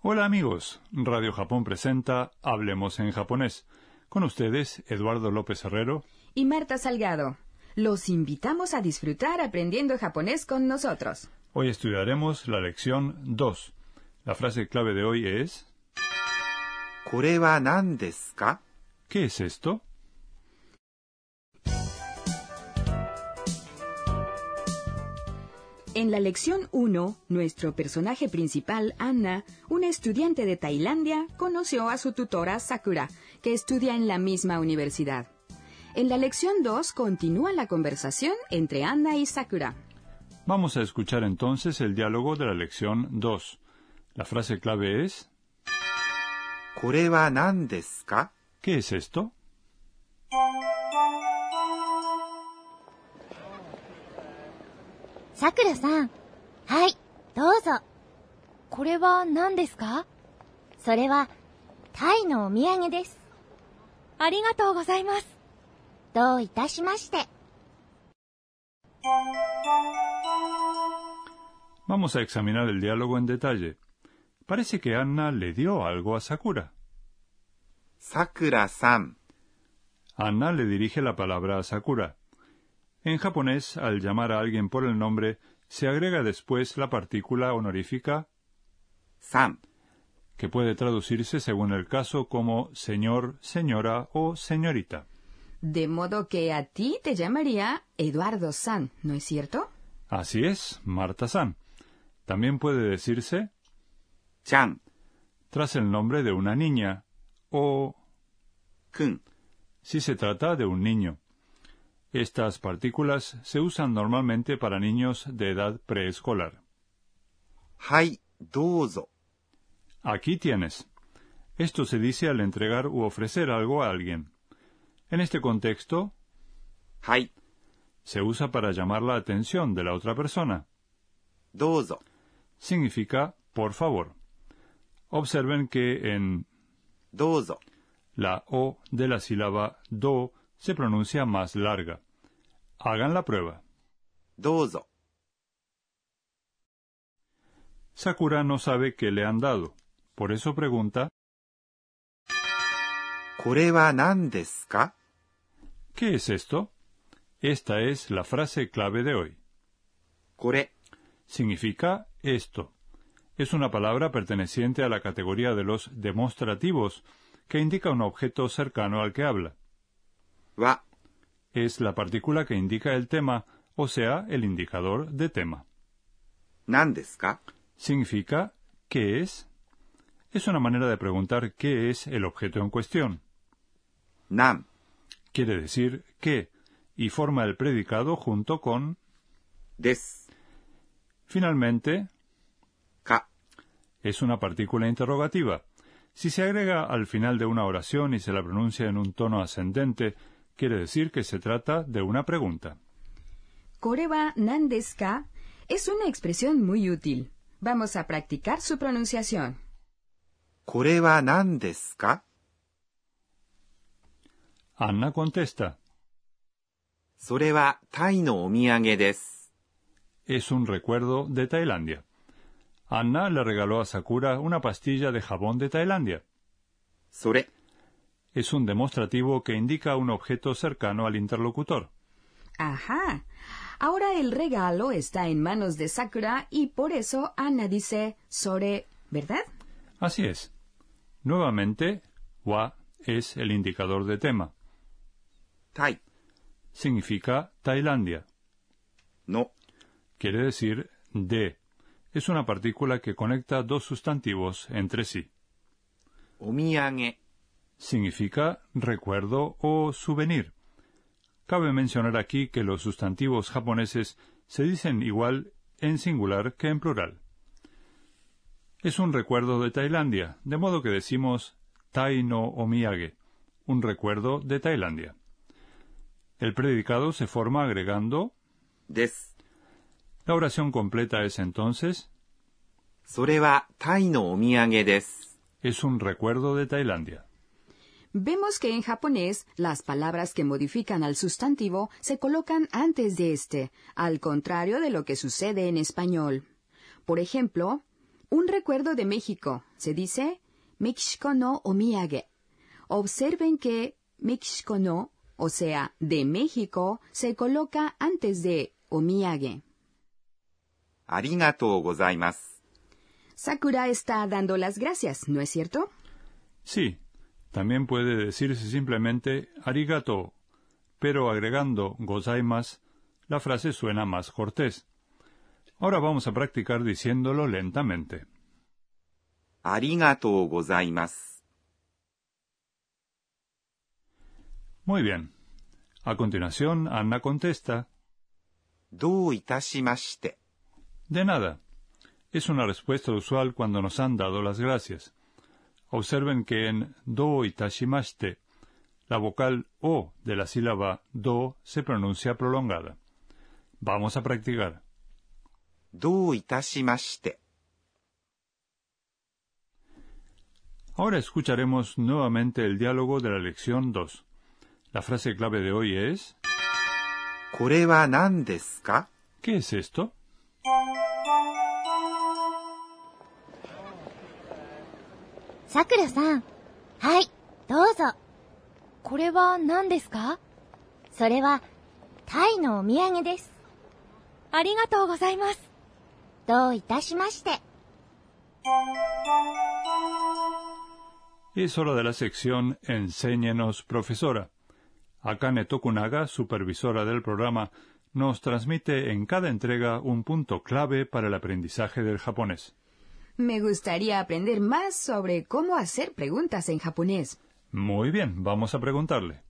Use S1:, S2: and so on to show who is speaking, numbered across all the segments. S1: Hola amigos, Radio Japón presenta Hablemos en japonés. Con ustedes, Eduardo López Herrero.
S2: y Marta Salgado. Los invitamos a disfrutar aprendiendo japonés con nosotros.
S1: Hoy estudiaremos la lección 2. La frase clave de hoy es
S3: これは何ですか
S1: ¿Qué es esto?
S2: En la lección 1, nuestro personaje principal, Anna, una estudiante de Tailandia, conoció a su tutora Sakura, que estudia en la misma universidad. En la lección 2 continúa la conversación entre Anna y Sakura.
S1: Vamos a escuchar entonces el diálogo de la lección 2. La frase clave es
S3: これは何ですか
S1: ¿Qué es esto?
S4: さくらさん。はい、どうぞ。これは何ですかそれは、タイのお土産です。ありがとうございます。どういたしまして。
S1: Vamos a examinar el diálogo en detalle. Parece que Anna le dio algo a Sakura.
S3: さくらさん、
S1: Anna le dirige la palabra a Sakura. En japonés, al llamar a alguien por el nombre, se agrega después la partícula honorífica,
S3: さん、
S1: que puede traducirse según el caso como señor, señora o señorita.
S2: De modo que a ti te llamaría Eduardo San, ¿no es cierto?
S1: Así es, Marta-san. También puede decirse
S3: ちゃん、
S1: tras el nombre de una niña o
S3: くん、
S1: si se trata de un niño. Estas partículas se usan normalmente para niños de edad preescolar.
S3: はい、どうぞ。
S1: Aquí tienes. Esto se dice al entregar u ofrecer algo a alguien. En este contexto,
S3: はい、
S1: se usa para llamar la atención de la otra persona.
S3: どうぞ。
S1: Significa por favor. Observen que en
S3: どうぞ。
S1: la O de la sílaba do se pronuncia más larga. Hagan la prueba.
S3: どうぞ。
S1: Sakura no sabe qué le han dado. Por eso pregunta,
S3: これは何ですか
S1: ¿qué es esto? Esta es la frase clave de hoy.
S3: これ、
S1: significa esto. Es una palabra perteneciente a la categoría de los demostrativos, que indica un objeto cercano al que habla.
S3: は、
S1: Es la partícula que indica el tema, o sea, el indicador de tema.
S3: 何ですか
S1: Significa ¿qué es? Es una manera de preguntar qué es el objeto en cuestión.
S3: 何、
S1: Quiere decir qué, y forma el predicado junto con.
S3: です、
S1: Finalmente,
S3: か、
S1: es una partícula interrogativa. Si se agrega al final de una oración y se la pronuncia en un tono ascendente, quiere decir que se trata de una pregunta.
S2: Koreba Nandeska es una expresión muy útil. Vamos a practicar su pronunciación.
S3: これは何ですか
S1: Anna contesta,
S3: それはタイのお土産です。
S1: es un recuerdo de Tailandia. Anna le regaló a Sakura una pastilla de jabón de Tailandia.
S3: それ、
S1: Es un demostrativo que indica un objeto cercano al interlocutor.
S2: Ajá. Ahora el regalo está en manos de Sakura y por eso Ana dice Sore, ¿verdad?
S1: Así es. Nuevamente, wa es el indicador de tema.
S3: タイ
S1: Significa Tailandia.
S3: の、
S1: quiere decir de. Es una partícula que conecta dos sustantivos entre sí.
S3: お土産、
S1: Significa recuerdo o souvenir. Cabe mencionar aquí que los sustantivos japoneses se dicen igual en singular que en plural. Es un recuerdo de Tailandia, de modo que decimos tai no omiyage, un recuerdo de Tailandia. El predicado se forma agregando.
S3: です。
S1: La oración completa es entonces
S3: それはタイのお土産です。
S1: es un recuerdo de Tailandia.
S2: Vemos que en japonés las palabras que modifican al sustantivo se colocan antes de este, al contrario de lo que sucede en español. Por ejemplo, Un recuerdo de México. Se dice México no omiyage. Observen que México no, o sea, de México, se coloca antes de omiyage.
S3: ありがとうございます。
S2: Sakura está dando las gracias, ¿no es cierto?
S1: Sí, también puede decirse simplemente arigato, pero agregando gozaimas, la frase suena más cortés. Ahora vamos a practicar diciéndolo lentamente.
S3: ありがとうございます。
S1: Muy bien. A continuación, Anna contesta,
S3: どういたしまして。
S1: de nada. Es una respuesta usual cuando nos han dado las gracias. Observen que en do itashimashite, la vocal o de la sílaba do se pronuncia prolongada. Vamos a practicar.
S3: どういたしまして。
S1: Ahora escucharemos nuevamente el diálogo de la lección 2. La frase clave de hoy es
S3: これは何ですか
S1: ¿Qué es esto?
S4: さくらさん。はい、どうぞ。これは何ですかそれは、タイのお土産です。ありがとうございます。どういたしまして。
S1: Es hora de la sección Enséñenos, profesora. Akane Tokunaga, supervisora del programa, nos transmite en cada entrega un punto clave para el aprendizaje del japonés.
S2: Me gustaría aprender más sobre cómo hacer preguntas en japonés.
S1: Muy bien, vamos a preguntarle.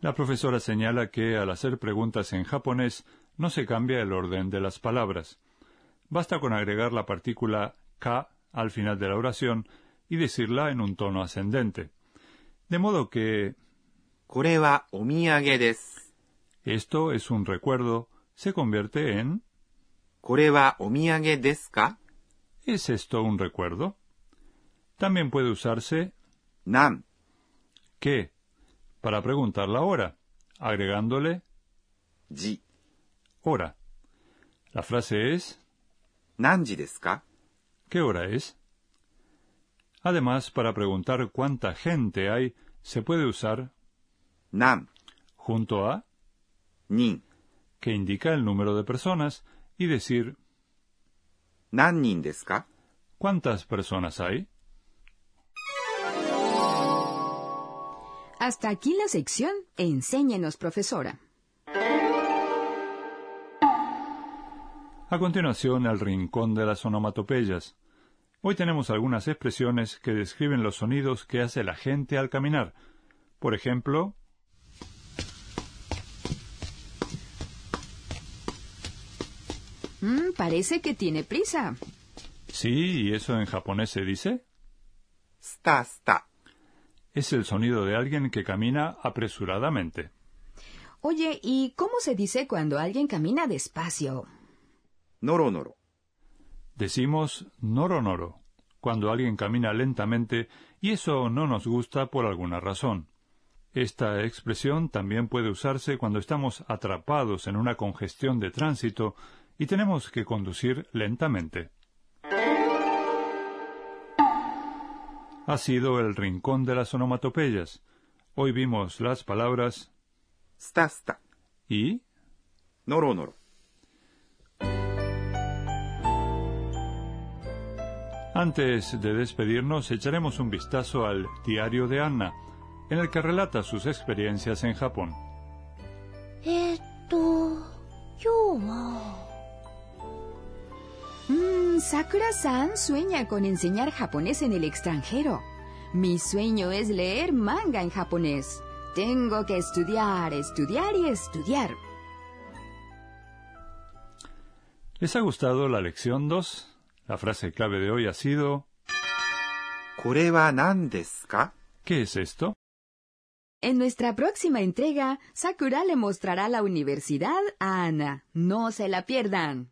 S1: La profesora señala que al hacer preguntas en japonés no se cambia el orden de las palabras. Basta con agregar la partícula ka al final de la oración y decirla en un tono ascendente. De modo que
S3: これはお土産です。
S1: esto es un recuerdo se convierte en
S3: これはお土産ですか
S1: ¿es esto un recuerdo? También puede usarse
S3: なん、
S1: que para preguntar la hora, agregándole
S3: じ、
S1: hora. La frase es
S3: 何時ですか
S1: ¿qué hora es? Además, para preguntar cuánta gente hay, se puede usar
S3: 何、
S1: junto a
S3: 人、
S1: que indica el número de personas y decir
S3: 何人ですか
S1: cuántas personas hay.
S2: Hasta aquí la sección Enséñenos, profesora.
S1: A continuación, el rincón de las onomatopeyas. Hoy tenemos algunas expresiones que describen los sonidos que hace la gente al caminar. Por ejemplo,
S2: Mm, parece que tiene prisa.
S1: sí, y eso en japonés se dice,
S3: スタスタ。
S1: es el sonido de alguien que camina apresuradamente.
S2: Oye, ¿y cómo se dice cuando alguien camina despacio?
S3: ノロノロ。
S1: Decimos noro noro cuando alguien camina lentamente y eso no nos gusta por alguna razón. Esta expresión también puede usarse cuando estamos atrapados en una congestión de tránsito y tenemos que conducir lentamente. Ha sido el rincón de las onomatopeyas. Hoy vimos las palabras
S3: スタスタ。
S1: y
S3: ノロノロ。
S1: Antes de despedirnos, echaremos un vistazo al Diario de Anna, en el que relata sus experiencias en Japón.
S4: えー、っと、今日は、
S2: Mm, Sakura-san sueña con enseñar japonés en el extranjero. Mi sueño es leer manga en japonés. Tengo que estudiar, estudiar y estudiar.
S1: ¿Les ha gustado la lección 2? La frase clave de hoy ha sido
S3: これは何ですか
S1: ¿Qué es esto?
S2: En nuestra próxima entrega, Sakura le mostrará la universidad a Ana. No se la pierdan.